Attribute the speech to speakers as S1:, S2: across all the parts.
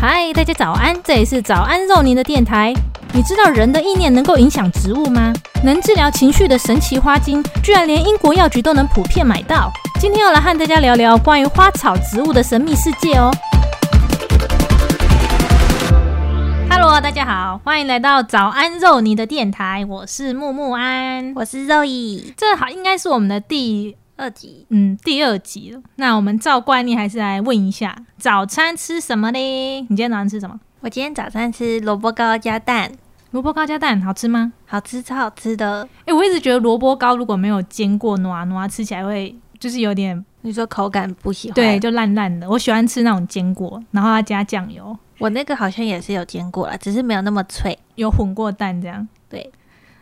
S1: 嗨，大家早安，这里是早安肉泥的电台。你知道人的意念能够影响植物吗？能治疗情绪的神奇花精，居然连英国药局都能普遍买到。今天要来和大家聊聊关于花草植物的神秘世界哦。Hello，大家好，欢迎来到早安肉泥的电台，我是木木安。
S2: 我是肉乙，
S1: 这好应该是我们的第
S2: 二集
S1: 嗯第二集了。那我们照惯例还是来问一下，早餐吃什么嘞？你今天早上吃什么？
S2: 我今天早餐吃萝卜糕加蛋，
S1: 萝卜糕加蛋好吃吗？
S2: 好吃超好吃的。
S1: 哎、我一直觉得萝卜糕如果没有煎过糯糯，吃起来会就是有点
S2: 你说口感不喜欢？
S1: 对，，就烂烂的。我喜欢吃那种煎过，然后它加酱油，
S2: 我那个好像也是有煎过了，只是没有那么脆。
S1: 有混过蛋这样。
S2: 对，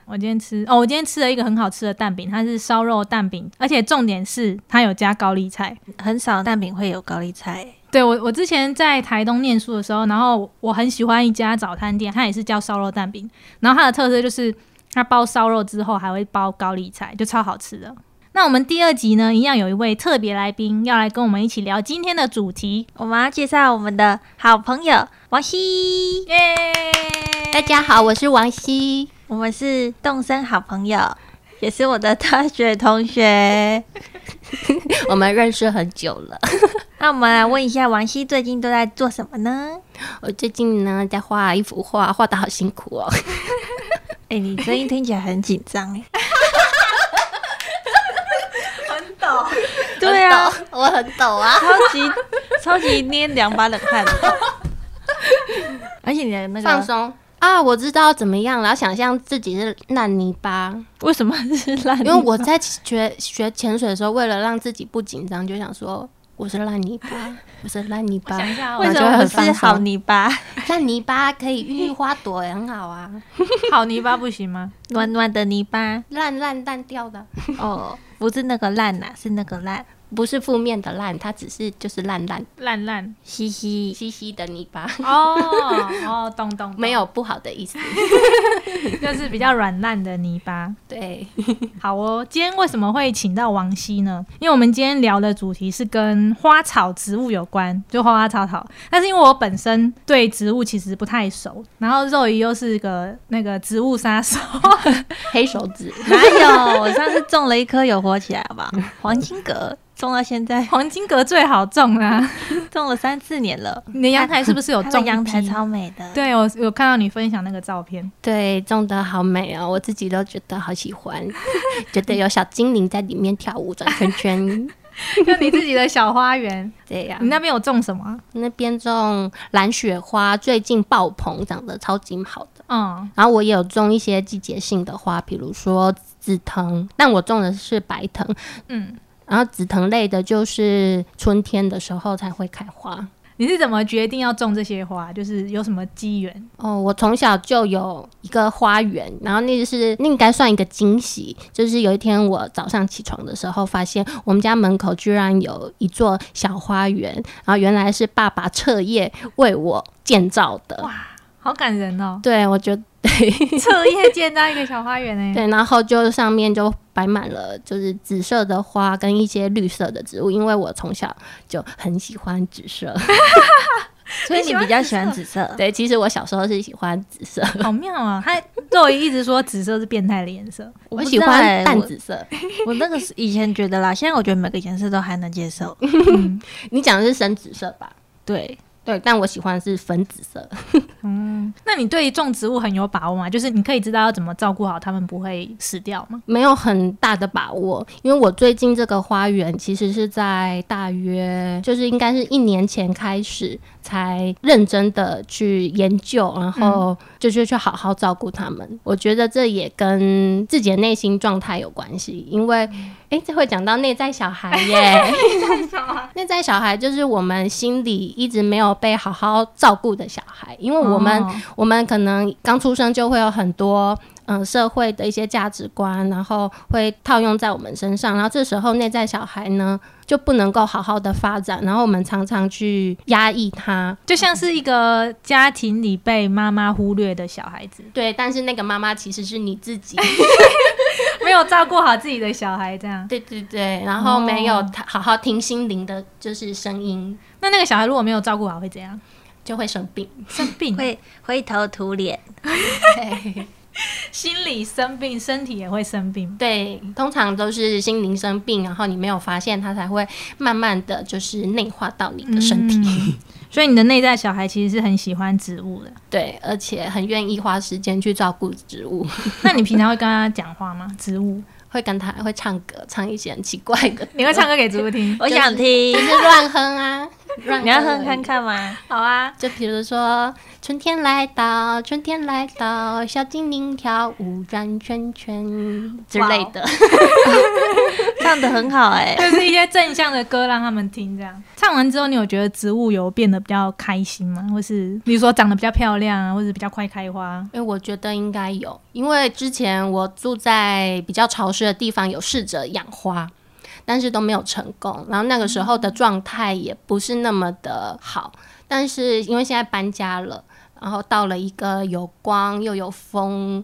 S1: 我今天吃哦，我今天吃了一个很好吃的蛋饼，它是烧肉蛋饼，而且重点是它有加高丽菜。
S2: 很少蛋饼会有高丽菜。
S1: 对我，我之前在台东念书的时候，然后我很喜欢一家早餐店，它也是叫烧肉蛋饼，然后它的特色就是它包烧肉之后还会包高丽菜，就超好吃的。那我们第二集呢，一样有一位特别来宾要来跟我们一起聊今天的主题，
S2: 我们要介绍我们的好朋友王希，
S1: 耶！
S3: 大家好，我是王希。
S2: 我们是动森好朋友，也是我的大学同 学。
S3: 我们认识很久了。
S2: 那我们来问一下王希最近都在做什么呢？
S3: 我最近呢在画一幅画，画的好辛苦哦。
S2: 哎、你声音听起来很紧张 哎。 对啊，
S3: 很抖，我很抖 啊。
S2: 超级超级捏两把冷汗的，而且你的那
S3: 放
S2: 个
S3: 松啊，我知道怎么样了。然后想象自己是烂泥巴，
S2: 为什么是烂泥
S3: 因为我在学学潜水的时候，为了让自己不紧张，就想说我是烂 泥巴，我是烂泥巴。
S1: 想一下哦，
S2: 为
S3: 我
S2: 什
S3: 觉得
S2: 么
S3: 很
S2: 不是
S3: 放松
S2: 好泥巴？
S3: 烂泥巴可以孕育花朵，也很 好啊。
S1: 好泥巴不行吗？
S2: 暖暖的泥巴
S3: 烂烂烂掉的，
S2: 哦，不是那个烂呐、是那个烂，
S3: 不是负面的烂，它只是就是烂烂
S1: 烂烂
S2: 嘻嘻。
S3: 稀稀的泥巴，
S1: 哦哦，懂懂，懂
S3: 没，有不好的意思。
S1: 就是比较软烂的泥巴。
S3: 对，
S1: 好哦，今天为什么会请到王希呢？因为我们今天聊的主题是跟花草植物有关，就花花草草。但是因为我本身对植物其实不太熟，然后肉姨又是个那个植物杀手，
S3: 黑手指。
S2: 哪有？我上次种了一颗有活起来， 好不好？黄金葛种到现在，
S1: 黄金格最好种啦、
S2: 种了三四年了，
S1: 你的阳台是不是有
S2: 它的
S1: 种
S2: 阳台
S1: 一批？
S2: 超美的。，
S1: 对，我有看到你分享那个照片，
S3: 对，种的好美哦，我自己都觉得好喜欢， 觉得有小精灵在里面跳舞转圈圈。
S1: 就你自己的小花 园，
S3: 对呀、
S1: 你那边有种什么啊？
S3: 那边种蓝雪花，最近爆棚，长得超级好的。
S1: 嗯，
S3: 然后我也有种一些季节性的花，比如说紫藤，但我种的是白藤。
S1: 嗯，
S3: 然后紫藤类的就是春天的时候才会开花。
S1: 你是怎么决定要种这些花？就是有什么机缘？
S3: 哦，我从小就有一个花园，然后那就是那应该算一个惊喜，就是有一天我早上起床的时候，发现嗯我们家门口居然有一座小花园，然后原来是爸爸彻夜为我建造的。，
S1: 好感人哦
S3: 对，我觉得
S1: 彻夜建造一个小花园欸呢、
S3: 对，然后就上面就摆满了就是紫色的花跟一些绿色的植物，因为我从小就很喜欢紫 色。
S2: 所以你比较喜欢紫色。
S3: 对，其实我小时候是喜欢紫色，
S1: 好妙啊！他肉姨一直说紫色是变态的颜色，
S2: 我
S3: 我
S2: 不
S3: 喜
S2: 知道
S3: 欢
S2: 欸
S3: 淡
S2: 我
S3: 紫色。
S2: 我那个是以前觉得啦，现在我觉得每个颜色都还能接受。
S3: 你讲的是深紫色吧？
S2: 对，
S3: 对，但我喜欢的是粉紫色。
S1: 那你对种植物很有把握吗？就是你可以知道要怎么照顾好它们不会死掉吗？
S3: 没有很大的把握，因为我最近这个花园其实是在大约就是应该是一年前开始才认真的去研究，然后就是去好好照顾它们。我觉得这也跟自己的内心状态有关系，因为诶，这会讲到内在小孩耶，嗯 内在小孩就是我们心里一直没有被好好照顾的小孩，因为我们、
S1: 哦
S3: 我们可能刚出生就会有很多嗯、呃社会的一些价值观，然后会套用在我们身上，然后这时候内在小孩呢就不能够好好的发展，然后我们常常去压抑他。
S1: 就像是一个家庭里被妈妈忽略的小孩子，
S3: 对，但是那个妈妈其实是你自 己，
S1: 没有照顾好自己的小孩，这样。
S3: 对对对，然后没有好好听心灵的，就是声音，
S1: 那那个小孩如果没有照顾好会怎样？
S3: 就会生病。
S1: 生病，
S2: 会灰头土脸，
S1: 心理生病，身体也会生病。
S3: 对，通常都是心灵生病，然后你没有发现，它才会慢慢的就是内化到你的身体。
S1: 嗯所以你的内在小孩其实是很喜欢植物的。
S3: 对，而且很愿意花时间去照顾植物，
S1: 那你平常会跟他讲话吗？植物，
S3: 会跟它会唱歌，唱一些很奇怪 的，
S1: 你会唱歌给植物听？
S2: 我想听
S3: 就，是乱哼啊，乱
S2: 你要
S3: 而
S2: 哼
S3: 已
S2: 看看吗？
S1: 好啊，
S3: 就比如说，春天来到，春天来到，小精灵跳舞转圈圈之类的。
S2: 唱的很好哎、
S1: 就是一些正向的歌让他们听。这样唱完之后，你有觉得植物有变得比较开心吗？或是比如说长得比较漂亮啊，或者比较快开花？
S3: 哎、我觉得应该有，因为之前我住在比较潮湿的地方，有试着养花，但是都没有成功。然后那个时候的状态也不是那么的好，但是因为现在搬家了。然后到了一个有光又有风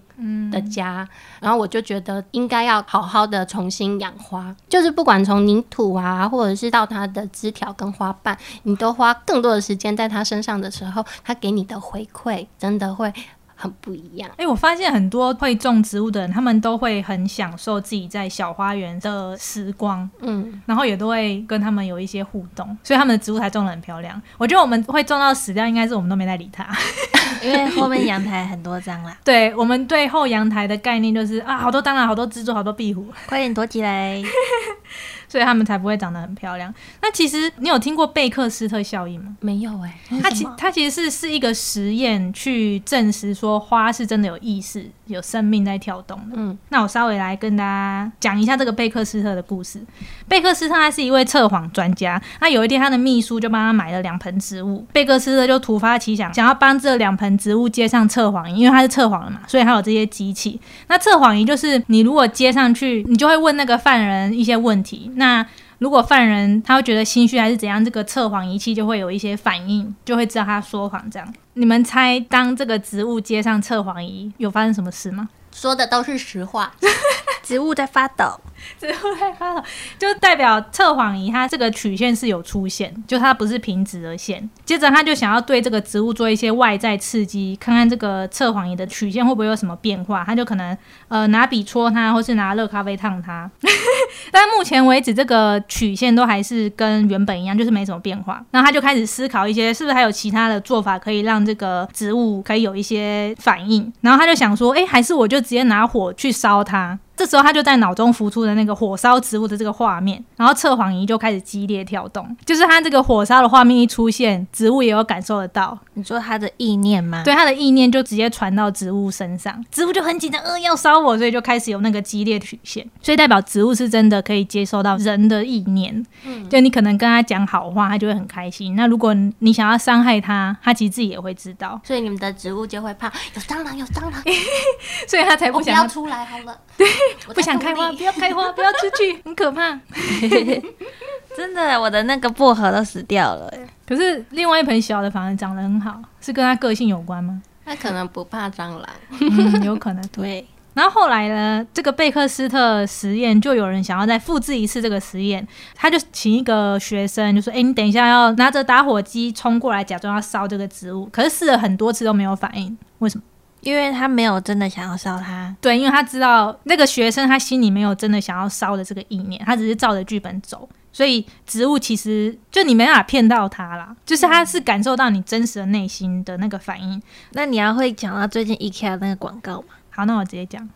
S3: 的家，然后我就觉得应该要好好的重新养花，就是不管从泥土啊，或者是到它的枝条跟花瓣，你都花更多的时间在它身上的时候，它给你的回馈真的会很不一样。
S1: 哎、我发现很多会种植物的人，他们都会很享受自己在小花园的时光，
S3: 嗯，
S1: 然后也都会跟他们有一些互动，所以他们的植物才种得很漂亮。我觉得我们会种到死掉，应该是我们都没在理它。
S2: 因为后面阳台很多蟑螂，
S1: 对我们对后阳台的概念就是啊，好多蟑螂，好多蜘蛛，好多壁虎，
S2: 快点躲起来。
S1: 所以它们才不会长得很漂亮。那其实你有听过贝克斯特效应吗？
S3: 没有哎、
S1: 它其它其实是是一个实验去证实说花是真的有意识、有生命在跳动的。
S3: 嗯，
S1: 那我稍微来跟大家讲一下这个贝克斯特的故事。贝克斯特他是一位测谎专家，那有一天他的秘书就帮他买了两盆植物，贝克斯特就突发奇想，想要帮这两盆植物接上测谎仪，因为他是测谎的嘛，所以他有这些机器。那测谎仪就是你如果接上去，你就会问那个犯人一些问题，那。如果犯人他会觉得心虚还是怎样，这个测谎仪器就会有一些反应，就会知道他说谎。这样，你们猜当这个植物接上测谎仪，有发生什么事吗？
S3: 说的都是实话。
S2: 植物在发抖，
S1: 植物太发了，就代表测谎仪它这个曲线是有出现，就它不是平直的线。接着他就想要对这个植物做一些外在刺激，看看这个测谎仪的曲线会不会有什么变化。他就可能呃拿笔戳它，或是拿热咖啡烫它。但目前为止，这个曲线都还是跟原本一样，就是没什么变化。然后他就开始思考一些，是不是还有其他的做法可以让这个植物可以有一些反应。然后他就想说，哎、还是我就直接拿火去烧它。这时候他就在脑中浮出的那个火烧植物的这个画面，然后测谎仪就开始激烈跳动，就是他这个火烧的画面一出现，植物也有感受得到，
S2: 你说他的意念吗？
S1: 对，它的意念就直接传到植物身上，植物就很紧张，呃，要烧我，所以就开始有那个激烈曲线，所以代表植物是真的可以接受到人的意念。
S3: 嗯
S1: 就你可能跟他讲好话，他就会很开心。那如果你想要伤害他，他其实自己也会知道，
S3: 所以你们的植物就会怕有蟑螂，有蟑螂，
S1: 所以他才
S3: 我
S1: 不
S3: 哦不
S1: 想
S3: 要
S1: 要
S3: 出来好了。我在
S1: 不想开
S3: 努
S1: 花，
S3: 力
S1: 不要开花，不要出去，很可怕。
S2: 真的，我的那个薄荷都死掉了欸。
S1: 可是另外一盆小的反而长得很好，是跟他个性有关吗？
S3: 它可能不怕蟑螂。
S1: 嗯，有可能。
S2: 对，
S1: 然后后来呢，这个贝克斯特实验就有人想要再复制一次这个实验，他就请一个学生就说：“哎，你等一下要拿着打火机冲过来，假装要烧这个植物。”可是试了很多次都没有反应，为什么？
S2: 因为他没有真的想要烧它，
S1: 对，因为他知道那个学生他心里没有真的想要烧的这个意念，他只是照着剧本走。所以植物其实就你没办法骗到他啦，就是他是感受到你真实的内心的那个反应，
S2: 那你要会讲到最近 IKEA 那个广告吗？
S1: 好，那我直接讲，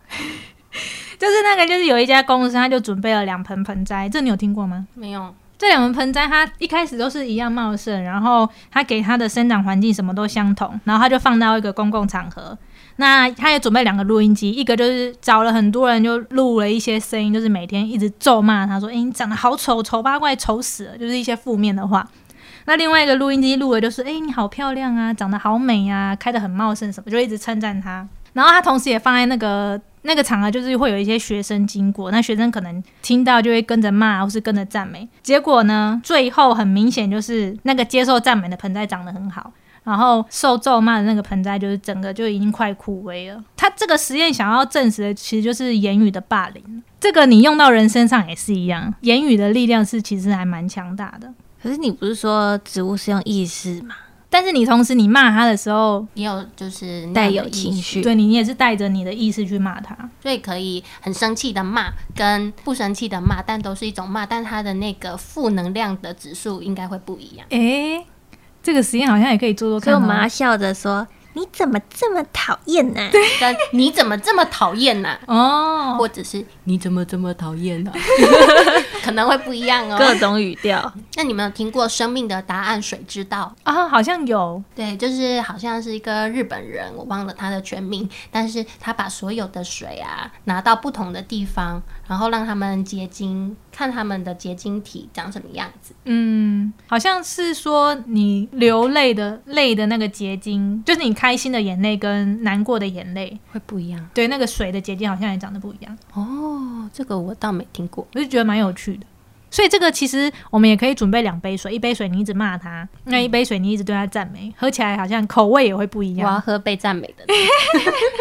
S1: 就是那个，就是有一家公司，他就准备了两盆盆栽，这你有听过吗？
S3: 没有，
S1: 这两盆盆栽，它一开始都是一样茂盛，然后它给它的生长环境什么都相同，然后它就放到一个公共场合。那他也准备两个录音机，一个就是找了很多人就录了一些声音，就是每天一直咒骂他说：“诶，你长得好丑，丑八怪，丑死了！”就是一些负面的话。那另外一个录音机录的就是：“诶，你好漂亮啊，长得好美啊，开得很茂盛什么”，就一直称赞他。然后他同时也放在那个那个场合，就是会有一些学生经过，那学生可能听到就会跟着骂，或是跟着赞美。结果呢，最后很明显就是那个接受赞美的盆栽长得很好，然后受咒骂的那个盆栽就是整个就已经快枯萎了。他这个实验想要证实的，其实就是言语的霸凌。这个你用到人身上也是一样，言语的力量是其实还蛮强大的。
S2: 可是你不是说植物是用意识吗？
S1: 但但是你同时你骂他的时候，
S3: 也有就是那样的
S2: 带有
S3: 意
S2: 情
S3: 识
S2: 绪，
S1: 对你也是带着你的意识去骂他。
S3: 所以可以很生气的骂，跟不生气的骂，但都是一种骂，但它的那个负能量的指数应该会不一样。
S1: 诶，这个实验好像也可以做做
S2: 所以
S1: 看、哦。
S2: 我们要笑着说：“你怎么这么讨厌啊呢？”对，
S3: 但你怎么这么讨厌呐？
S1: 哦，
S3: 或者是你怎么这么讨厌 呢、可能会不一样
S2: 各
S3: 哦。
S2: 种语 调。
S3: 那你们有听过《生命的答案》谁知道？
S1: 啊，好像有
S3: 对，就是好像是一个日本人，我忘了他的全名，但是他把所有的水啊拿到不同的地方，然后让他们结晶，看他们的结晶体长什么样子。
S1: 嗯，好像是说你流泪的泪的那个结晶，就是你开心的眼泪跟难过的眼泪，
S3: 会不一样
S1: 对那个水的结晶好像也长得不一样，
S3: 哦，这个我倒没听过。
S1: 我就觉得蛮有趣的。所以这个其实我们也可以准备两杯水，一杯水你一直骂他，那一杯水你一直对他赞美，喝起来好像口味也会不一
S3: 我要
S1: 样。
S3: 喝被赞美的，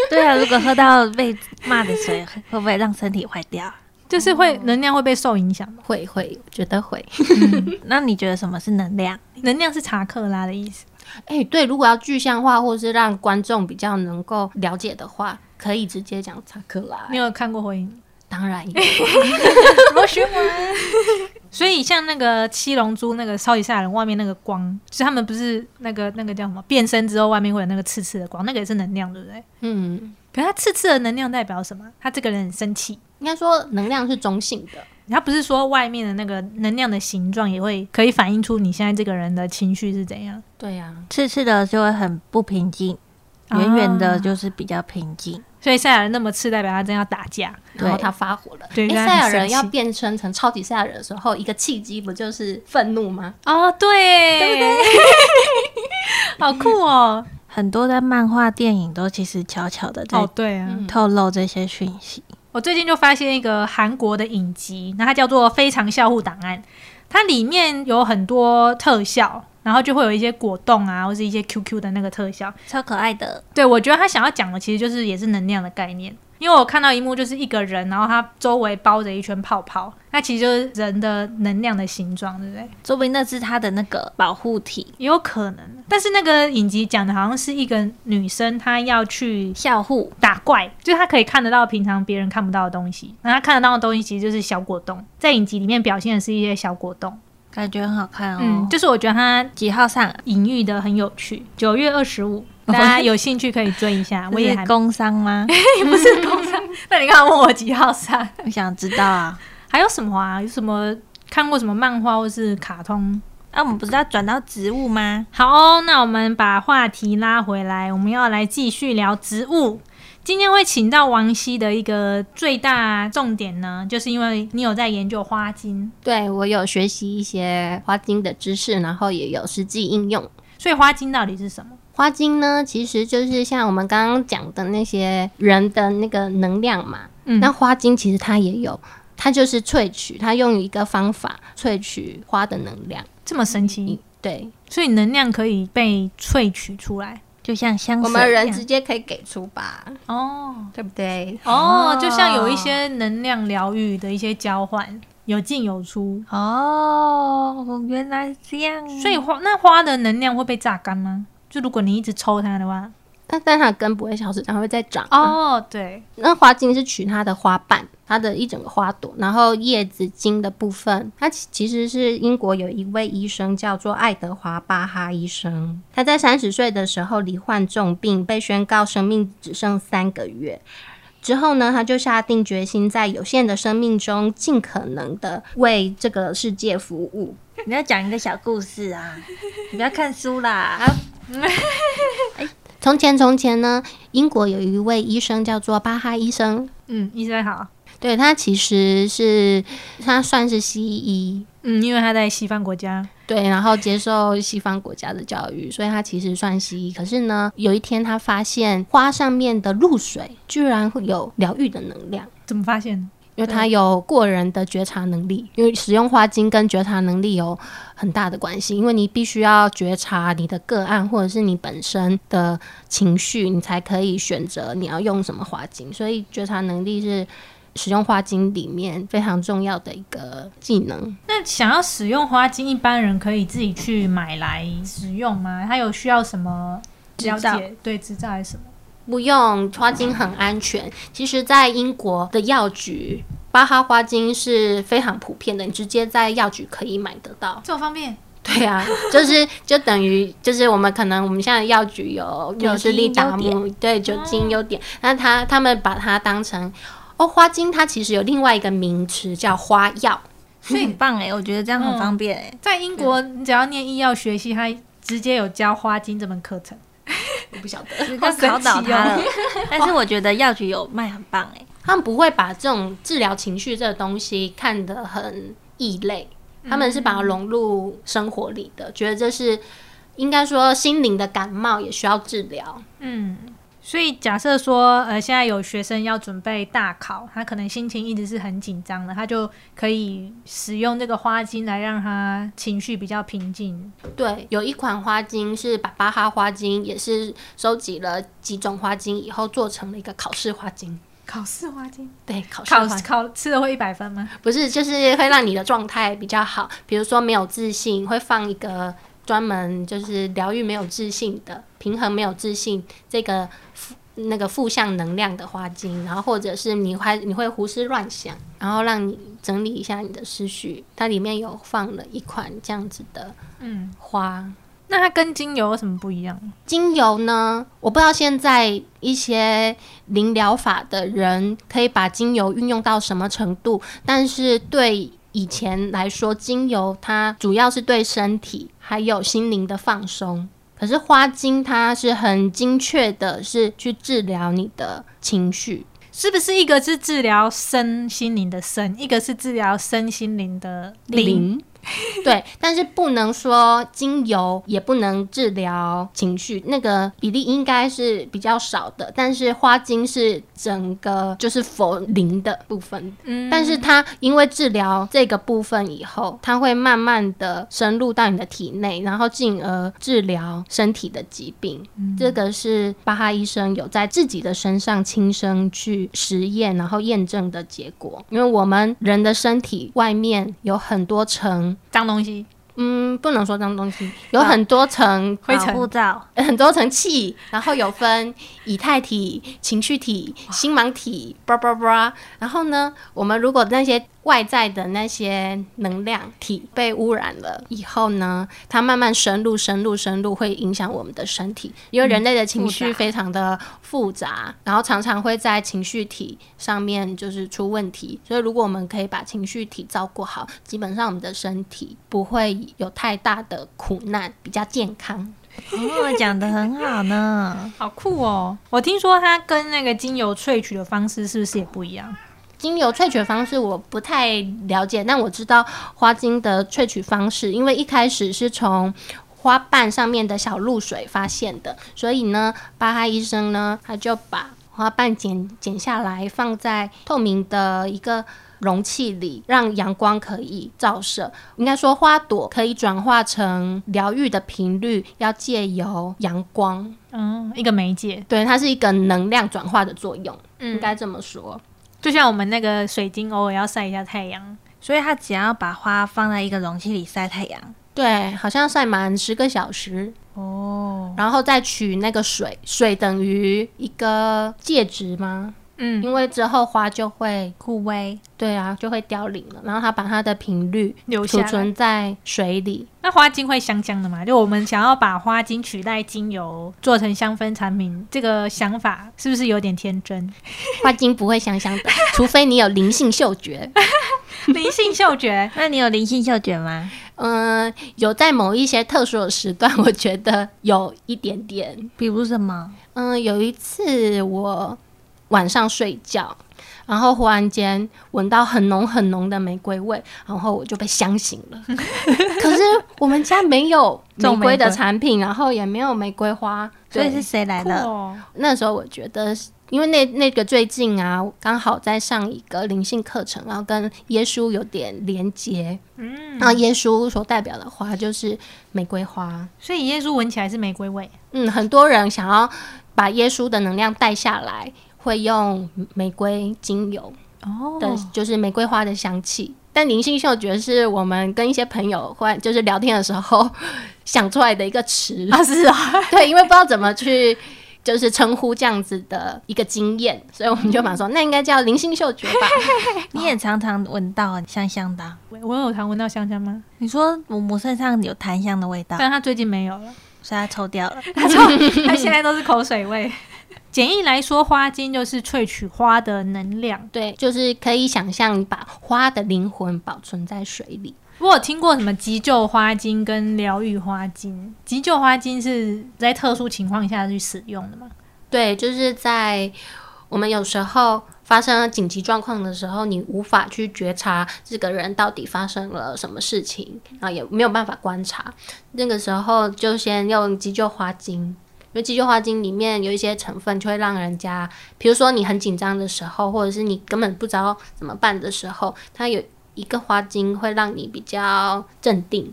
S2: 对啊，如果喝到被骂的水，会不会让身体坏掉？
S1: 就是会能量会被受影响嘛？
S3: 会会，我觉得会。
S2: 那你觉得什么是能量？
S1: 能量是查克拉的意思。
S3: 哎、对，如果要具象化，或是让观众比较能够了解的话，可以直接讲查克拉
S1: 你。有看过《火影
S3: 当然 有，》
S1: 螺旋丸？所以像那个七龙珠那个超级赛亚人外面那个光，就是他们不是那个那个叫什么变身之后外面会有那个刺刺的光，那个也是能量，对不对？
S3: 嗯，
S1: 可是他刺刺的能量代表什么？他这个人很生气，
S3: 应该说能量是中性的。
S1: 他不是说外面的那个能量的形状也会可以反映出你现在这个人的情绪是怎样。
S3: 对呀、
S2: 刺刺的就会很不平静，圆圆的就是比较平静。
S1: 所以赛亚人那么刺，代表他真要打架。
S3: 然后
S2: 对
S3: 他发火了。
S1: 对
S3: 诶
S1: 让他
S3: 赛亚
S1: 很生
S3: 人要
S1: 气
S3: 变身成超级赛亚人的时候，一个契机不就是愤怒吗？
S1: 哦，对，对不 对？好酷哦！
S2: 很多的漫画、电影都其实悄悄的
S1: 哦
S2: 在，
S1: 对啊，
S3: 嗯
S2: 透露这些讯息。
S1: 我最近就发现一个韩国的影集，那它叫做《非常校护档案》，它里面有很多特效，然后就会有一些果冻啊，或是一些 QQ 的那个特效。
S2: 超可爱的，
S1: 对我觉得他想要讲的其实就是也是能量的概念，因为我看到一幕就是一个人，然后他周围包着一圈泡泡，那其实就是人的能量的形状，对不对？
S2: 说不定那是他的那个保护体，
S1: 也有可能，但是那个影集讲的好像是一个女生，她要去
S2: 校护。
S1: 打怪，就是他可以看得到平常别人看不到的东西。那他看得到的东西其实就是小果冻，在影集里面表现的是一些小果冻。
S2: 感觉很好看哦。
S1: 嗯，就是我觉得他
S2: 几号上啊？
S1: 隐喻的很有趣。九月二十 五，大家有兴趣可以追一 下。我也还
S2: 是工伤吗？
S1: 不是 工商，那你刚刚问我几号上？
S2: 我想知道啊。
S1: 还有什么啊？有什么看过什么漫画或是卡通？
S2: 那、我们不是要转到植物吗？
S1: 好哦，那我们把话题拉回来，我们要来继续聊植物。今天会请到王希的一个最大重点呢，就是因为你有在研究花精，
S3: 对我有学习一些花精的知识，然后也有实际应用。
S1: 所以花精到底是什么？
S3: 花精呢，其实就是像我们刚刚讲的那些人的那个能量嘛。
S1: 嗯
S3: 那花精其实它也有，它就是萃取，它用一个方法萃取花的能量。
S1: 这么神奇，
S3: 对，
S1: 所以能量可以被萃取出来
S2: 就像香水，
S3: 我们人直接可以给出吧，
S1: 哦
S3: 对不对？
S1: 哦
S2: 哦，
S1: 就像有一些能量疗愈的一些交换，有进有出。
S2: 哦，原来这样。
S1: 所以花那花的能量会被榨干吗？就如果你一直抽它的话，
S3: 但但它的根不会消失，它会再长。啊
S1: 哦，对，
S3: 那花茎是取它的花瓣，它的一整个花朵，然后叶子茎的部分，它其其实是英国有一位医生叫做爱德华巴哈医生，他在三十岁的时候罹患重病，被宣告生命只剩三个月。之后呢，他就下定决心，在有限的生命中，尽可能的为这个世界服务。
S2: 你要讲一个小故事 啊，你不要看书啦。啊
S3: 从前，从前呢，英国有一位医生叫做巴哈医生，
S1: 嗯，医生好，
S3: 对他其实是他算是西医，
S1: 嗯，因为他在西方国家，
S3: 对，然后接受西方国家的教育，所以他其实算西医。可是呢，有一天他发现花上面的露水居然会有疗愈的能量，
S1: 怎么发现的？
S3: 因为他有过人的觉察能力。因为使用花精跟觉察能力有很大的关系，因为你必须要觉察你的个案或者是你本身的情绪，你才可以选择你要用什么花精。所以觉察能力是使用花精里面非常重要的一个技能。
S1: 那想要使用花精，一般人可以自己去买来使用吗？它有需要什么了
S2: 执照
S1: 解？对，执照还是什么？
S3: 不用花精很安全。其实，在英国的药局，巴哈花精是非常普遍的，你直接在药局可以买得到。
S1: 这么方便？
S3: 对啊，就是就等于就是我们可能我们现在药局有
S2: 有
S3: 有士利达
S2: 精优
S3: 姆，对酒精优点，那他他们把它当成哦花精，它其实有另外一个名词叫花药。
S2: 所
S1: 嗯
S2: 以很棒哎、我觉得这样很方便哎、
S1: 在英国，你只要念医药学系，它直接有教花精这门课程。
S3: 我不晓得，
S2: 就
S1: 好神奇哦
S2: 考倒他了。但是我觉得药局有卖很棒哎、
S3: 他们不会把这种治疗情绪这个东西看得很异类，他们是把它融入生活里的，觉得这是应该说心灵的感冒也需要治疗。
S1: 嗯，所以假设说，呃，现在有学生要准备大考，他可能心情一直是很紧张的，他就可以使用这个花精来让他情绪比较平静。
S3: 对，有一款花精是把巴哈花精，也是收集了几种花精以后做成了一个考试花精。
S1: 考试花精，
S3: 对，考试
S1: 考
S3: 花精
S1: 考吃了会一百分吗？
S3: 不是就是会让你的状态比较好，比如说没有自信，会放一个专门就是疗愈没有自信的、平衡没有自信这个负那个负向能量的花精，然后或者是你会你会胡思乱想，然后让你整理一下你的思绪，它里面有放了一款这样子的
S1: 嗯，
S3: 花，
S1: 那它跟精油有什么不一样？
S3: 精油呢，我不知道现在一些零疗法的人可以把精油运用到什么程度，但是对以前来说，精油它主要是对身体还有心灵的放松。可是花精它是很精确的，是去治疗你的情绪。
S1: 是不是一个是治疗身心灵的身，一个是治疗身心灵的灵？
S3: 对，但是不能说精油也不能治疗情绪，那个比例应该是比较少的。但是花精是整个就是否灵的部分，
S1: 嗯
S3: 但是它因为治疗这个部分以后，它会慢慢的深入到你的体内，然后进而治疗身体的疾病。这个是巴哈医生有在自己的身上亲身去实验，然后验证的结果。因为我们人的身体外面有很多层。
S1: 脏东西，
S2: 哦
S3: 嗯，不能说脏东西，有很多层
S1: 灰尘
S3: 保护
S2: 护照
S3: 很多层气，然后有分以太体、情绪体、星芒体，叭叭叭。然后呢，我们如果那些外在的那些能量体被污染了以后呢，它慢慢深入、深入、深入，会影响我们的身体，因为人类的情绪非常的复杂，然后常常会在情绪体上面就是出问题。所以，如果我们可以把情绪体照顾好，基本上我们的身体不会有太大的苦难，比较健康。
S2: 哦，讲的很好呢。
S1: 好酷哦！我听说它跟那个精油萃取的方式是不是也不一样？
S3: 精油萃取方式我不太了解，但我知道花精的萃取方式，因为一开始是从花瓣上面的小露水发现的，所以呢，巴哈医生呢，他就把花瓣剪剪下来，放在透明的一个容器里，让阳光可以照射。应该说，花朵可以转化成疗愈的频率，要借由阳光，
S1: 嗯，一个媒介，
S3: 对，它是一个能量转化的作用，应
S1: 嗯，
S3: 该这么说。
S1: 就像我们那个水晶偶尔要晒一下太阳，
S2: 所以他只要把花放在一个容器里晒太阳，
S3: 对，好像晒满十个小时，
S1: 哦，
S3: 然后再取那个水，水等于一个介质吗？
S1: 嗯，
S3: 因为之后花就会，
S2: 酷威
S3: 对啊，就会凋零了。然后他把它的频率
S1: 留下
S3: 储
S1: 来
S3: 存在水里，
S1: 那花精会香香的嘛？就我们想要把花精取代精油做成香氛产品，这个想法是不是有点天真？
S3: 花精不会香香的， 除非你有灵性嗅 觉。
S1: 灵性嗅觉，
S2: 那你有灵性嗅觉吗？
S3: 嗯，有在某一些特殊的时段，我觉得有一点点。
S2: 比如什么？
S3: 嗯，有一次我晚上睡觉，然后忽然间闻到很浓很浓的玫瑰味，然后我就被香醒了。可是我们家没有玫瑰的产品，然后也没有玫瑰花，
S2: 所
S3: 所
S2: 以
S3: 以
S2: 是谁来
S1: 酷
S2: 的？
S1: 哦，
S3: 那时候我觉得是。因为那那个最近啊，刚好在上一个灵性课程，然后跟耶稣有点连接，
S1: 嗯，
S3: 然后耶稣所代表的花就是玫瑰花，
S1: 所以耶稣闻起来是玫瑰味，
S3: 嗯，很多人想要把耶稣的能量带下来，会用玫瑰精油。
S1: 哦
S3: 的，就是玫瑰花的香气。但灵性嗅觉是我们跟一些朋友或就是聊天的时候想出来的一个词，
S1: 啊是啊，
S3: 对，因为不知道怎么去就是称呼这样子的一个经验，所以我们就把说那应该叫灵性嗅觉吧。
S2: 你也常常闻到香香的啊、
S1: 我有常闻到香香吗？
S2: 你说我我身上有檀香的味道，
S1: 但他最近没有了，
S2: 所以它抽掉了。
S1: 他说他现在都是口水味。简易来说，花精就是萃取花的能量。
S3: 对，就是可以想象把花的灵魂保存在水里。
S1: 我有听过什么急救花精跟疗愈花精，急救花精是在特殊情况下去使用的嘛？
S3: 对，就是在我们有时候发生了紧急状况的时候，你无法去觉察这个人到底发生了什么事情，然后也没有办法观察。那个时候就先用急救花精，因为急救花精里面有一些成分，就会让人家，比如说你很紧张的时候，或者是你根本不知道怎么办的时候，它有一个花精会让你比较镇定。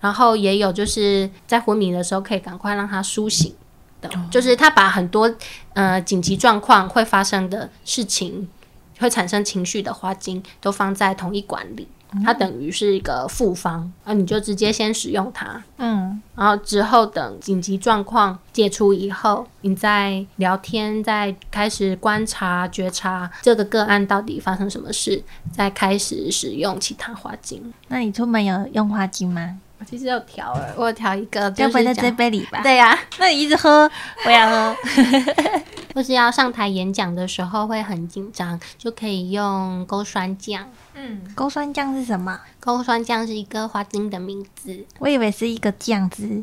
S3: 然后也有就是在昏迷的时候，可以赶快让他苏醒的，就是他把很多呃紧急状况会发生的事情，会产生情绪的花精都放在同一管里，它等于是一个复方，啊，你就直接先使用它，
S1: 嗯，
S3: 然后之后等紧急状况解除以后，你再聊天，再开始观察觉察这个个案到底发生什么事，再开始使用其他花精。
S2: 那你出门有用花精吗？
S3: 我其实有调了，我有调一个，
S2: 该
S3: 就
S2: 不会
S3: 是
S2: 在
S3: 讲
S2: 这杯里吧？
S3: 对啊呀、
S2: 那你一直喝，我也要喝。
S3: 或是要上台演讲的时候会很紧张，就可以用钩酸酱。
S1: 嗯，
S2: 勾酸酱是什么？
S3: 钩酸酱是一个花精的名字，
S2: 我以为是一个酱汁。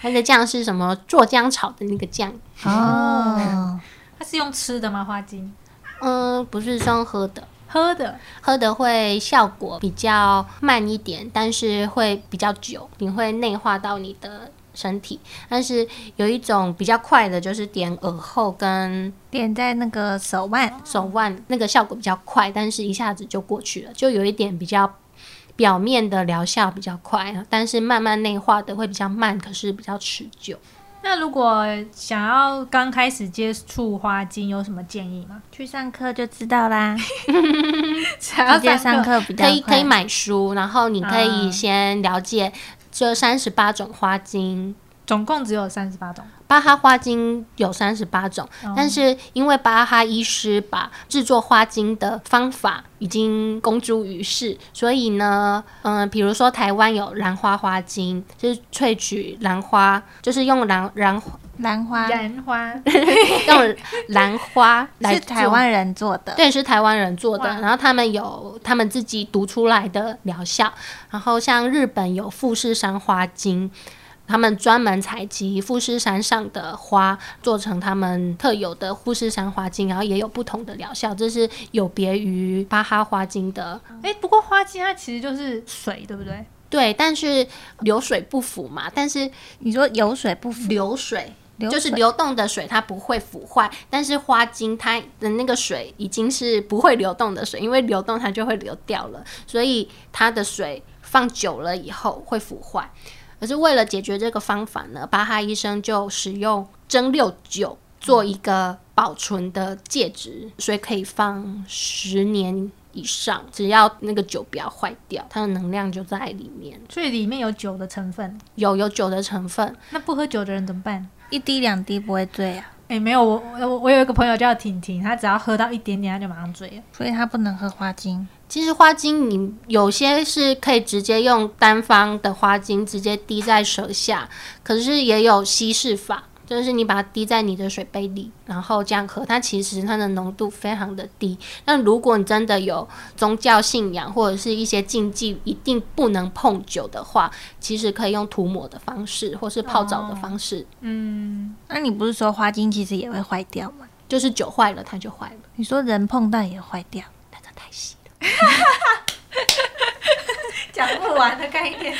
S3: 它的酱是什么？做姜炒的那个酱。
S2: 哦，
S1: 它是用吃的吗？花精
S3: 嗯，不是用喝的，
S1: 喝的，
S3: 喝的会效果比较慢一点，但是会比较久，你会内化到你的身体。但是有一种比较快的，就是点耳后跟
S2: 点在那个手腕，
S3: 手腕那个效果比较快，但是一下子就过去了，就有一点比较表面的疗效比较快，啊但是慢慢内化的会比较慢，可是比较持久。
S1: 那如果想要刚开始接触花精，有什么建议 吗？
S2: 去上课就知道啦。
S1: 想
S2: 直接上课比较
S3: 可以可
S2: 快嗯
S3: 以买书，然后你可以
S1: 啊
S3: 先了解这三十八种花精。
S1: 总共只有三十八种，
S3: 巴哈花精有三十八种，但是因为巴哈医师把制作花精的方法已经公诸于世，所以呢，嗯、比如说台湾有兰花花精，就是萃取兰花，就是用兰兰
S2: 兰花
S1: 兰花
S3: 用兰花 来
S2: 是
S3: 做
S2: 台湾人做的，
S3: 对，是台湾人做的
S1: 哇，
S3: 然后他们有他们自己读出来的疗效，然后像日本有富士山花精。他们专门采集富士山上的花，做成他们特有的富士山花精，然后也有不同的疗效，这是有别于巴哈花精的。
S1: 哎、不过花精它其实就是水，对不对？
S3: 对，但是流水不腐嘛，但是
S2: 你说有水不腐，
S3: 流水
S2: 嗯流
S3: 就是
S2: 水
S3: 流动的水，它不会腐坏，但是花精它的那个水已经是不会流动的水，因为流动它就会流掉了，所以它的水放久了以后会腐坏。可是为了解决这个方法呢，巴哈医生就使用蒸馏酒做一个保存的介质，所以可以放十年以上，只要那个酒不要坏掉，它的能量就在里面，
S1: 所以里面有酒的成分。
S3: 有有酒的成分，
S1: 那不喝酒的人怎么办？
S2: 一滴两滴不会醉啊，
S1: 哎、没有，我我我有一个朋友叫婷婷，她只要喝到一点点，她就马上醉了。
S2: 所以他不能喝花精。
S3: 其实花精你有些是可以直接用单方的花精直接滴在舌下，可是也有稀释法，就是你把它滴在你的水杯里，然后这样喝，它其实它的浓度非常的低。那如果你真的有宗教信仰或者是一些禁忌，一定不能碰酒的话，其实可以用涂抹的方式，或是泡澡的方式，
S1: 嗯，
S2: 那你不是说花精其实也会坏掉吗？
S3: 就是酒坏了它就坏了，
S2: 你说人碰到也坏掉，
S3: 那个太稀了。
S1: 讲不完的概念，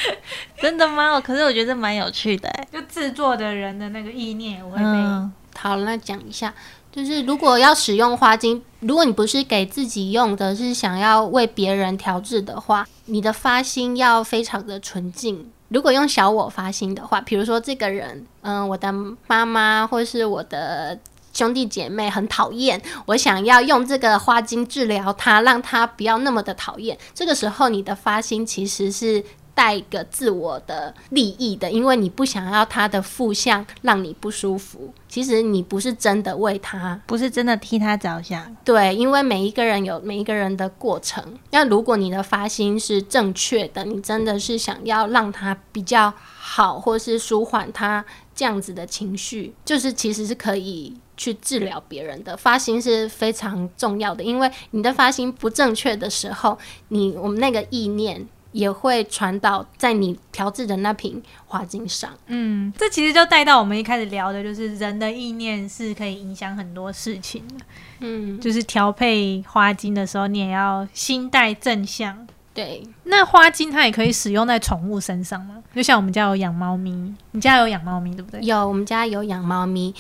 S2: 真的吗？哦可是我觉得蛮有趣的、欸。
S1: 就制作的人的那个意念，我会被、
S2: 嗯，
S3: 好，那讲一下，就是如果要使用花精，如果你不是给自己用的，是想要为别人调制的话，你的发心要非常的纯净。如果用小我发心的话，比如说这个人，嗯，我的妈妈或是我的兄弟姐妹很讨厌，我想要用这个花精治疗他，让他不要那么的讨厌。这个时候，你的发心其实是带一个自我的利益的，因为你不想要他的负向让你不舒服。其实你不是真的为他，
S2: 不是真的替他着想，
S3: 对，因为每一个人有每一个人的过程。那如果你的发心是正确的，你真的是想要让他比较好，或是舒缓他这样子的情绪，就是其实是可以去治疗别人的。发心是非常重要的，因为你的发心不正确的时候，你我们那个意念。也会传导在你调制的那瓶花精上，
S1: 嗯，这其实就带到我们一开始聊的，就是人的意念是可以影响很多事情的。
S3: 嗯，
S1: 就是调配花精的时候，你也要心带正向。
S3: 对，
S1: 那花精它也可以使用在宠物身上吗？就像我们家有养猫咪，你家有养猫咪对不对？
S3: 有我们家有养猫咪，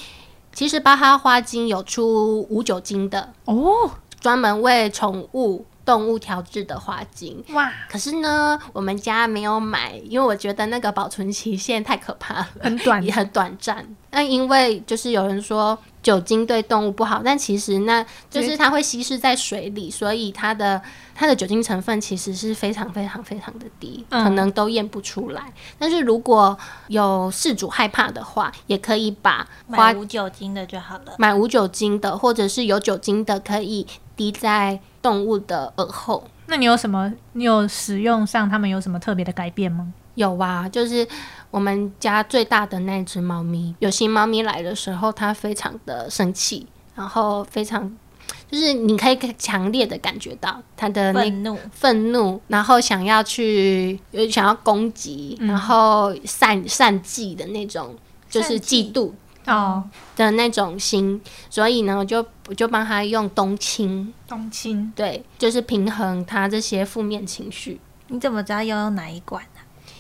S3: 其实巴哈花精有出无酒精的，
S1: 哦，
S3: 专门为宠物动物调制的花精。
S1: 哇，
S3: 可是呢，我们家没有买，因为我觉得那个保存期限太可怕了，
S1: 很短
S3: 也很短暂。那因为就是有人说酒精对动物不好，但其实那就是它会稀释在水里，所以它的它的酒精成分其实是非常非常非常的低，
S1: 嗯
S3: 可能都验不出来。但是如果有事主害怕的话，也可以把花
S2: 买无酒精的就好了。
S3: 买无酒精的，或者是有酒精的，可以滴在动物的耳后。
S1: 那你有什么？你有使用上他们有什么特别的改变吗？
S3: 有啊，就是我们家最大的那只猫咪，有新猫咪来的时候，它非常的生气，然后非常，就是你可以强烈的感觉到它的那
S2: 愤怒，
S3: 愤怒，然后想要去有想要攻击，然后散散计的那种，就是
S2: 散计
S3: 嫉妒
S1: 哦，
S3: 的那种心，所以呢，我就我就帮它用冬青，
S1: 冬青
S3: 对，就是平衡它这些负面情绪。
S2: 你怎么知道要用哪一罐呢、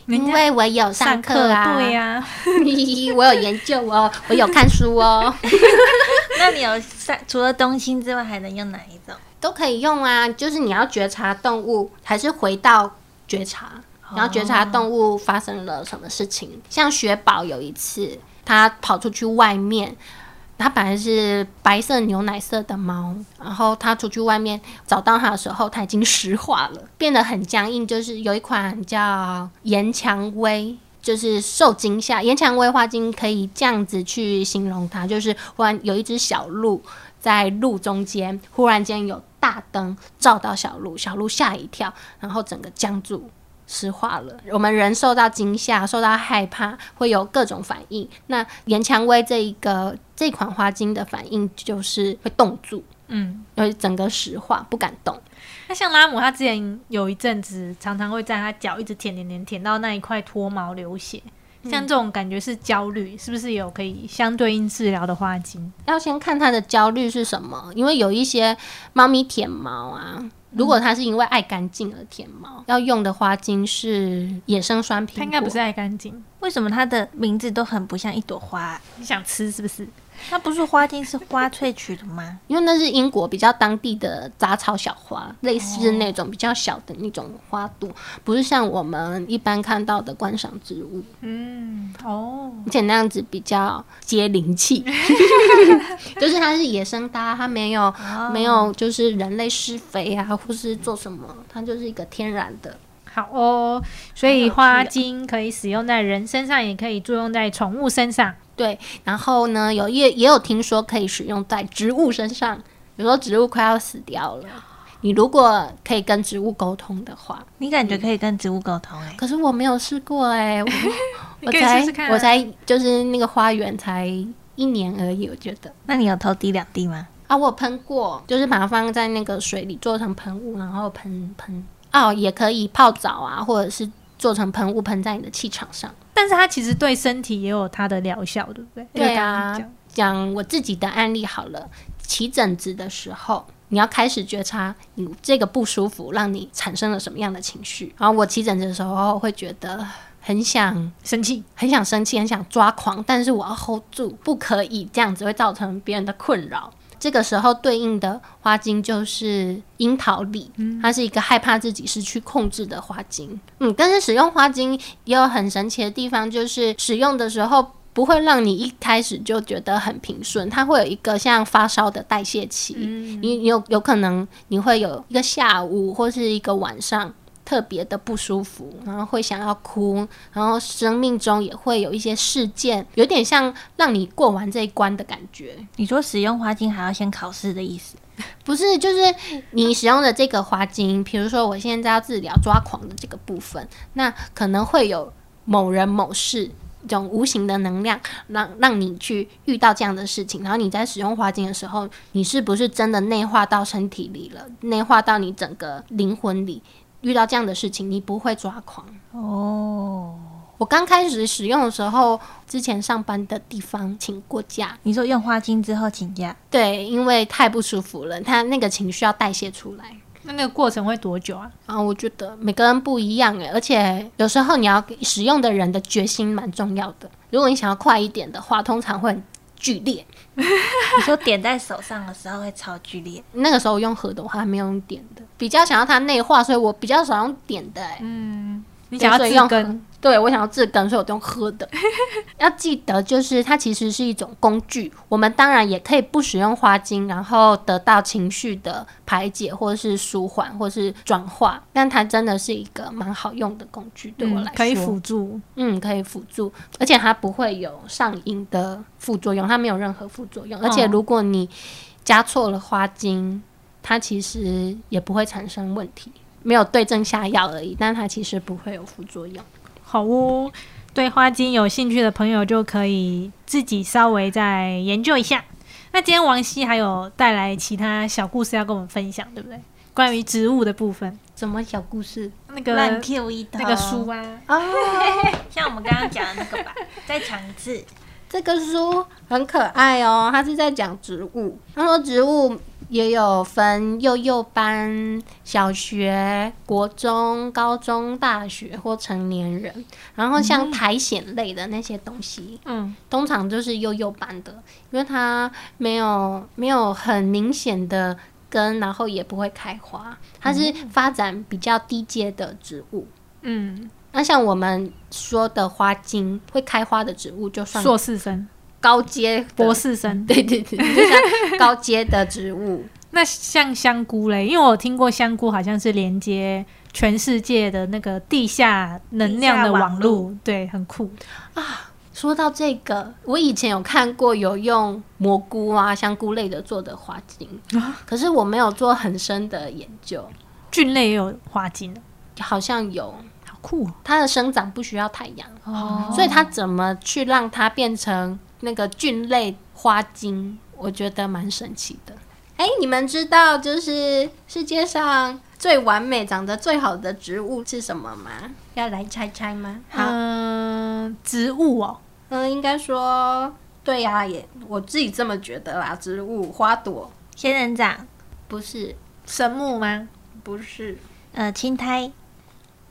S1: 人
S3: 因
S1: 家
S3: 为我有上课啊，
S1: 对呀、
S3: 我有研究哦，我有看书哦，
S2: 那你有三除了冬青之外，还能用哪一种？
S3: 都可以用啊。就是你要觉察动物，还是回到觉察，然后觉察动物发生了什么事情。像雪宝有一次，它跑出去外面。它本来是白色牛奶色的猫，然后它出去外面找到它的时候，它已经石化了，变得很僵硬。就是有一款叫岩蔷薇，就是受惊吓。岩蔷薇花精可以这样子去形容它，就是忽然有一只小鹿在路中间，忽然间有大灯照到小鹿，小鹿吓一跳，然后整个僵住。石化了，我们人受到惊吓、受到害怕，会有各种反应。那岩蔷薇这一个这款花精的反应就是会冻住，
S1: 嗯，
S3: 会整个石化，不敢动。
S1: 那像拉姆，他之前有一阵子常常会在他脚一直舔舔舔舔到那一块脱毛流血，像这种感觉是焦虑，是不是有可以相对应治疗的花精？
S3: 要先看它的焦虑是什么，因为有一些猫咪舔毛啊，
S1: 嗯
S3: 如果它是因为爱干净而舔毛，要用的花精是野生酸苹果，
S1: 他应该不是爱干净，
S2: 为什么它的名字都很不像一朵花、
S1: 你想吃是不是？
S2: 它不是花精，是花萃取的吗？
S3: 因为那是英国比较当地的杂草小花，类似那种比较小的那种花朵，不是像我们一般看到的观赏植物，
S1: 嗯，哦，
S3: 而且那样子比较接灵气， 就是它是野生的啊、它没有、没有就是人类施肥啊，或是做什么，它就是一个天然的。
S1: 好哦，所
S3: 好有
S1: 以
S3: 趣哦
S1: 花精可以使用在人身上，也可以作用在宠物身上。
S3: 对，然后呢，有也也有听说可以使用在植物身上，比如说植物快要死掉了，你如果可以跟植物沟通的话，
S2: 你感觉可以跟植物沟通哎、
S3: 可是我没有试过哎、我
S1: 你
S3: 我
S1: 可以
S3: 才
S1: 试试看啊
S3: 我才就是那个花园才一年而已，我觉得
S2: 那你有头滴两滴吗？
S3: 啊，我有喷过，就是把它放在那个水里做成喷雾，然后喷喷哦，也可以泡澡啊，或者是做成喷雾喷在你的气场上。
S1: 但是它其实对身体也有它的疗效，对不对？
S3: 对
S1: 就刚刚
S3: 啊
S1: 你讲，
S3: 讲我自己的案例好了，起疹子的时候。你要开始觉察你这个不舒服让你产生了什么样的情绪。然后我起疹子的时候会觉得很想
S1: 生气，
S3: 很想生气，很想抓狂，但是我要 hold 住，不可以这样子会造成别人的困扰。这个时候对应的花精就是樱桃李，它是一个害怕自己失去控制的花精。嗯，但是使用花精也有很神奇的地方，就是使用的时候不会让你一开始就觉得很平顺，它会有一个像发烧的代谢期。你你有有可能你会有一个下午或是一个晚上特别的不舒服，然后会想要哭，然后生命中也会有一些事件，有点像让你过完这一关的感觉。
S2: 你说使用花精还要先考试的意思？
S3: 不是，就是你使用的这个花精，比如说我现在要治疗抓狂的这个部分，那可能会有某人某事一种无形的能量，让让你去遇到这样的事情，然后你在使用花精的时候，你是不是真的内化到身体里了，内化到你整个灵魂里？遇到这样的事情，你不会抓狂。
S2: 哦，
S3: 我刚开始使用的时候，之前上班的地方请过假，
S2: 你说用花精之后请假，
S3: 对，因为太不舒服了，他那个情绪要代谢出来。
S1: 那那个过程会多久啊？
S3: 啊，我觉得每个人不一样欸诶，而且有时候你要给使用的人的决心蛮重要的。如果你想要快一点的话，通常会很剧烈。
S2: 你说点在手上的时候会超 剧烈，
S3: 那个时候用盒的，我还没有用点的，比较想要它内化，所以我比较少用点的欸诶。
S1: 你想要
S3: 对所以
S1: 自
S3: 用
S1: 根，
S3: 对我想要自根，所以我都用喝的。 要记得，就是它其实是一种工具。我们当然也可以不使用花精，然后得到情绪的排解，或是舒缓，或是转化。但它真的是一个蛮好用的工具，对我来说，
S1: 嗯可以辅助。
S3: 嗯，可以辅助，而且它不会有上瘾的副作用，它没有任何副作用。而且如果你加错了花精，它其实也不会产生问题，没有对症下药而已，但它其实不会有副作用。
S1: 好哦，对花精有兴趣的朋友就可以自己稍微再研究一下。那今天王希还有带来其他小故事要跟我们分享，对不对？关于植物的部分，
S3: 什么小故事？
S1: 那个
S2: 乱 Q 一通。
S1: 那个书啊，
S2: 像我们刚刚讲的那个吧， 再讲一次。
S3: 这个书很可爱哦，它是在讲植物。他说植物也有分幼幼班、小学、国中、高中、大学或成年人。然后像苔藓类的那些东西，
S1: 嗯，
S3: 通常就是幼幼班的，因为它没有没有很明显的根，然后也不会开花，它是
S1: 哦
S3: 发展比较低阶的植物。
S1: 嗯，
S3: 那像我们说的花精会开花的植物，就算
S1: 硕士生、
S3: 高阶的
S1: 博，士生。
S3: 对对对，就像高阶的植物，
S1: 那像香菇嘞，因为我听过香菇好像是连接全世界的那个地下能量的网
S2: 地下网
S1: 络，对，很酷。
S3: 说到这个，我以前有看过有用蘑菇啊、香菇类的做的花精，
S1: 啊
S3: 可是我没有做很深的研究，
S1: 菌类也有花精，
S3: 好像有
S1: 好酷哦。
S3: 它的生长不需要太阳，所以它怎么去让它变成那个菌类花精，我觉得蛮神奇的。哎、你们知道就是世界上最完美、长得最好的植物是什么吗？要来猜猜吗？
S1: 嗯、植物哦，
S3: 嗯，应该说对呀、也我自己这么觉得啦。植物花朵
S2: 仙人掌，
S3: 不是
S1: 神木吗？
S3: 不是，
S2: 呃，青苔，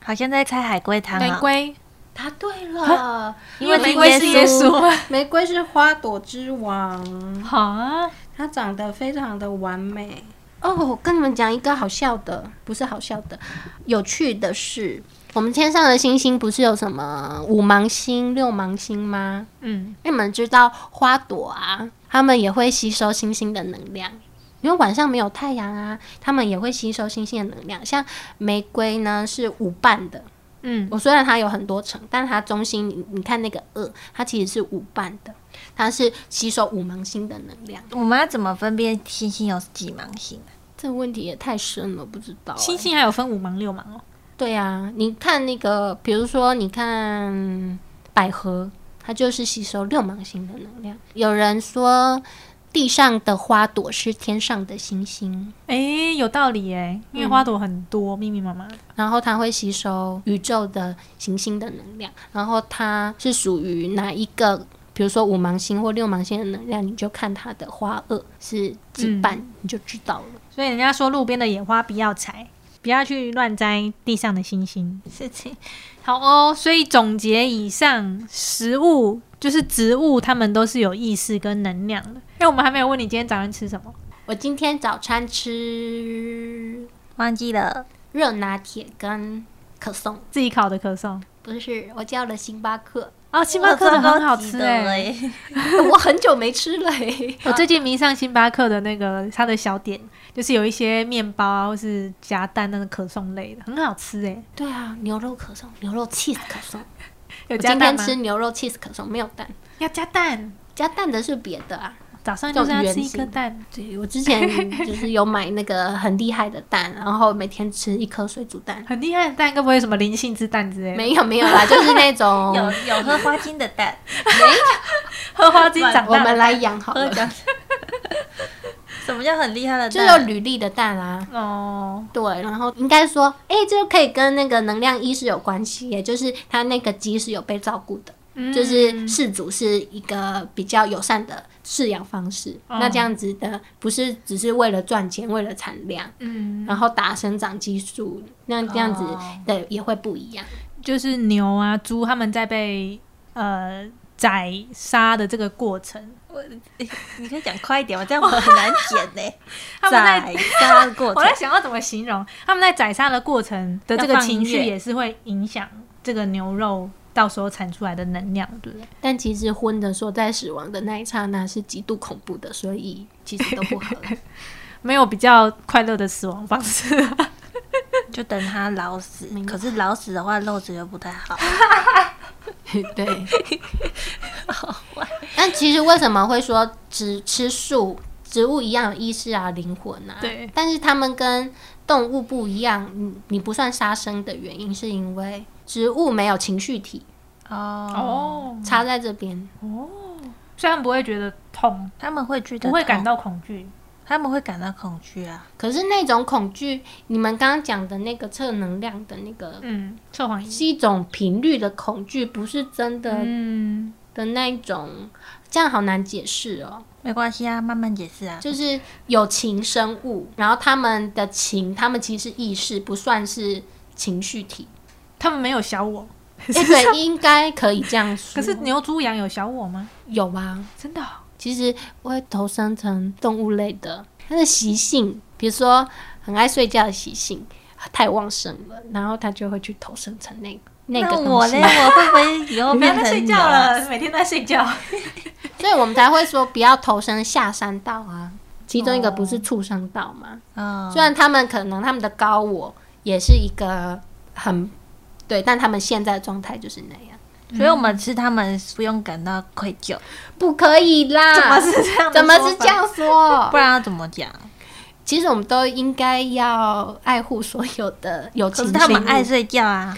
S2: 好像在猜海龟汤
S1: 玫
S2: 啊、哦。
S1: 瑰，
S3: 答对了，
S1: 因为
S2: 玫
S1: 玫
S2: 瑰
S1: 瑰是耶
S2: 是
S1: 稣。
S3: 玫瑰是花朵之王，
S1: 好啊，
S3: 它长得非常的完美。哦，我跟你们讲一个好笑的，不是好笑的，有趣的是，我们天上的星星不是有什么五芒星、六芒星吗？
S1: 嗯，
S3: 那你们知道花朵啊，它们也会吸收星星的能量，因为晚上没有太阳啊，它们也会吸收星星的能量。像玫瑰呢是无瓣的，
S1: 嗯，
S3: 我虽然它有很多层，但它中心你你看那个二，它其实是无瓣的，它是吸收五芒星的能量。
S2: 我们要怎么分辨星星有几芒星啊？
S3: 这个问题也太深了，不知道欸、
S1: 星星还有分五芒六芒哦。
S3: 对啊，你看那个，比如说你看百合，它就是吸收六芒星的能量。有人说，地上的花朵是天上的星星，
S1: 诶，有道理诶，因为花朵很多，密密麻麻。
S3: 然后它会吸收宇宙的行星的能量，然后它是属于哪一个？比如说五芒星或六芒星的能量，你就看它的花萼是
S1: 嗯
S3: 几瓣，你就知道了。
S1: 所以人家说路边的野花不要采，不要去乱摘地上的星星。
S2: 是这
S1: 好哦，所以总结以上，食物就是植物，它们都是有意识跟能量的。因为我们还没有问你今天早上吃什么，
S3: 我今天早餐吃
S2: 忘记了。
S3: 热拿铁跟可颂。
S1: 自己烤的可颂
S3: 不是，我叫了星巴克。
S1: 哦，哦，星巴克的很好吃哎、
S2: 哎，
S3: 我很久没吃了、欸。
S1: 我最近迷上星巴克的那个它的小点，就是有一些面包啊，或是夹蛋那个可颂类的，很好吃哎、
S3: 对啊，牛肉可颂，牛肉 cheese 可颂。
S1: 有
S3: 我
S1: 加
S3: 今
S1: 蛋
S3: 天
S1: 吗？
S3: 吃牛肉 cheese 可颂，没有蛋，
S1: 要加蛋，
S3: 加蛋的是别的啊。
S1: 早上就是要吃一颗蛋。
S3: 对我之前 就是有买那个很厉害的蛋，然后每天吃一颗水煮蛋。
S1: 很厉害的蛋，该不会有什么灵性之蛋之类的？
S3: 没有没 有啦，就是那种
S1: 哦
S2: 有有喝花精的蛋，
S1: 荷花精长
S3: 我
S1: 大
S3: 们
S1: 的
S3: 来养好
S2: 喝
S3: 了，
S2: 讲。什么叫很厉害的
S3: 就是有
S2: 蛋？
S3: 履历的蛋啊。
S1: 哦，
S3: 对，然后应该说，哎、这可以跟那个能量一是有关系，也就是它那个鸡是有被照顾的，
S1: 嗯
S3: 就是饲主是一个比较友善的饲养方式。
S1: 哦
S3: 那这样子的不是只是为了赚钱，为了产量，
S1: 嗯，
S3: 然后打生长激素，那这样子
S1: 哦
S3: 的也会不一样。
S1: 就是牛啊、猪他们在被呃宰杀的这个过程，
S2: 我你可以讲快一点吗？这样我很难剪呢。
S1: 他们在
S2: 宰杀的 过
S1: 我
S2: 程
S1: 在，想要怎么形容他们在宰杀的过程的这个
S2: 要放
S1: 情绪，
S2: 音乐
S1: 也是会影响这个牛肉到时候产出来的能量，对不对？
S3: 但其实荤的说在死亡的那一刹那是极度恐怖的，所以其实都不合。
S1: 没有比较快乐的死亡方式，
S2: 就等它老死。可是老死的话，肉质又不太好。
S3: 对， 但其实为什么会说植吃素，植物一样有意识啊、灵魂啊？
S1: 对
S3: 但是它们跟动物不一样，你你不算杀生的原因，是因为植物没有情绪体，
S2: 哦，
S1: 哦，
S3: 差在这边。
S1: 虽然不会觉得痛，
S2: 他们会觉得
S1: 不会
S2: 痛
S1: 感，到恐惧，
S2: 他们会感到恐惧啊。
S3: 可是那种恐惧，你们刚刚讲的那个测能量的那个，
S1: 嗯，测谎仪，
S3: 是一种频率的恐惧，不是真的、
S1: 嗯，
S3: 的那一种。这样好难解释哦。
S2: 没关系啊，慢慢解释啊。
S3: 就是有情生物，然后他们的情，他们其实是意识不算是情绪体，
S1: 他们没有小我，
S3: 哎、对，应该可以这样说。
S1: 可是牛、猪、羊有小我吗？
S3: 有啊，
S1: 真的哦、
S3: 其实会投生成动物类的，它的习性，比如说很爱睡觉的习性太旺盛了，然后它就会去投生成那个那个
S2: 我
S3: 东
S2: 嘞，
S3: 西，
S2: 我会不 会以后
S1: 不要
S2: 变
S1: 再
S2: 成
S1: 睡觉
S2: 牛啊？
S1: 了，每天都在睡觉。
S3: 所以我们才会说不要投生下三道啊。其中一个不是畜生道吗？
S2: 嗯，
S3: 虽然他们可能他们的高我也是一个很对，但他们现在的状态就是那样，
S2: 所以我们吃他们不用感到愧疚，
S3: 不可以啦！
S1: 是这样的
S3: 啊怎么
S1: 说
S3: 是
S1: 法
S3: 这？样说
S2: 不？然要怎么讲？
S3: 其实我们都应该要爱护所有的有
S2: 可
S3: 情
S2: 是他们
S3: 生物
S2: 爱睡觉啊，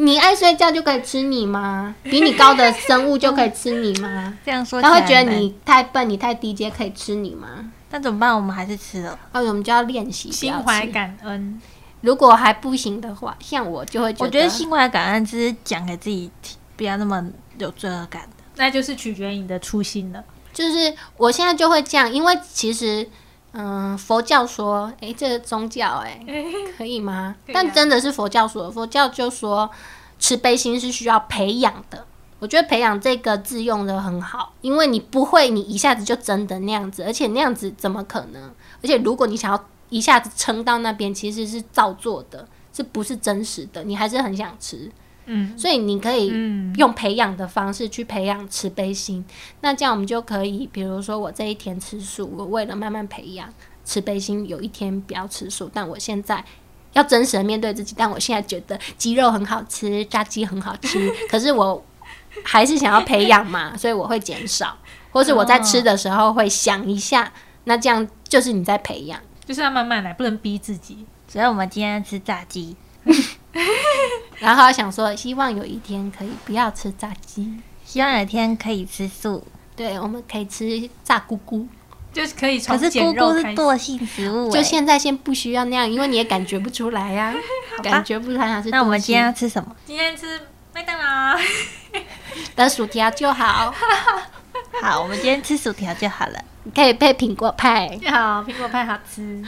S3: 你爱睡觉就可以吃你吗？比你高的生物就可以吃你 吗？
S2: 这样说起
S3: 他
S2: 来
S3: 会觉得
S2: 很
S3: 你太笨，你太低阶可以吃你吗？
S2: 那怎么办？我们还是吃了。
S3: 哦，我们就要练习
S1: 心
S3: 不要
S1: 怀
S3: 吃
S1: 感恩，
S3: 如果还不行的话，像我就会觉
S2: 我觉得心怀感恩只是讲给自己听，不要那么有罪恶感。
S1: 那就是取决于你的初心了。
S3: 就是我现在就会这样，因为其实，嗯，佛教说，诶，这个宗 教、诶，可以吗？
S1: 可以啊
S3: 但真的是佛教说，佛教就说慈悲心是需要培养的。我觉得培养这个字用的很好，因为你不会，你一下子就真的那样子，而且那样子怎么可能？而且如果你想要一下子撑到那边，其实是造作的，是不是真实的？你还是很想吃，
S1: 嗯
S3: 所以你可以
S1: 嗯，
S3: 用培养的方式去培养慈悲心，那这样我们就可以，比如说我这一天吃素，我为了慢慢培养慈悲心，有一天不要吃素，但我现在要真实的面对自己，但我现在觉得鸡肉很好吃，炸鸡很好 吃，可是我还是想要培养嘛，所以我会减少，或是我在吃的时候会想一下，那这样就是你在培养。
S1: 就是要慢慢来，不能逼自己。
S2: 所以我们今天吃炸鸡，
S3: 然后想说，希望有一天可以不要吃炸鸡，
S2: 希望有一天可以吃素。
S3: 对，我们可以吃炸菇菇。
S1: 就是可以从
S2: 可是
S1: 减
S2: 姑
S1: 肉
S2: 姑是
S1: 开始。
S2: 惰性食物、欸，
S3: 就现在先不需要那样，因为你也感觉不出来 呀、感觉不出来它是。
S2: 那我们今天要吃什么？
S1: 今天吃麦当劳，
S3: 的薯条就好，
S2: 好，我们今天吃薯条就好了。
S3: 可以配苹果 派。
S1: 好，苹果派好吃。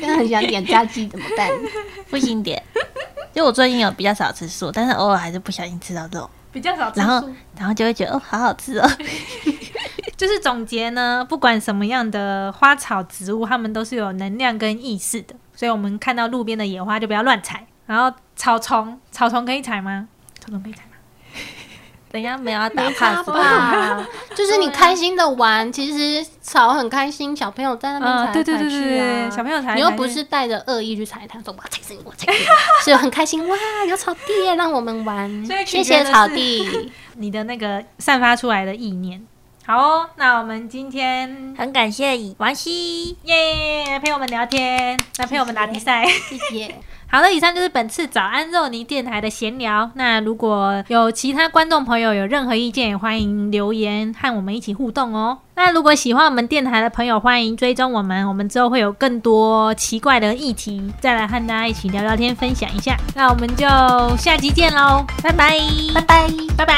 S3: 真的很想点炸鸡，怎么办？
S2: 不行点，就我最近有比较少吃素，但是偶尔还是不小心吃到肉，
S1: 比较少吃
S2: 然后
S1: 素。
S2: 然后就会觉得哦，好好吃哦。
S1: 就是总结呢，不管什么样的花草植物，它们都是有能量跟意识的，所以我们看到路边的野花就不要乱采。然后草丛，草丛可以采吗？这个没看。
S2: 等一下没有要打
S3: 没差
S2: pass 吧？
S3: 吧？就是你开心的玩，其实草很开心，小朋友在那边踩
S1: 嗯，
S3: 来
S1: 对对对
S3: 踩去
S1: 对对，
S3: 啊
S1: 小朋友才
S3: 你又不是带着恶意去踩它，说我要踩死你，我踩 死你，是很开心哇，有草地耶让我们玩
S1: 所以，取
S3: 谢
S1: 决
S3: 谢
S1: 的
S3: 草
S1: 是
S3: 地。
S1: 你的那个散发出来的意念。好哦，那我们今天
S2: 很感谢以王希，
S1: 耶来陪我们聊天，来陪我们打比赛。
S3: 谢谢，
S1: 好了，以上就是本次早安肉泥电台的闲聊。那如果有其他观众朋友有任何意见，也欢迎留言和我们一起互动哦。那如果喜欢我们电台的朋友，欢迎追踪我们，我们之后会有更多奇怪的议题，再来和大家一起聊聊天，分享一下。那我们就下集见喽，拜拜，
S3: 拜拜。
S1: 拜拜。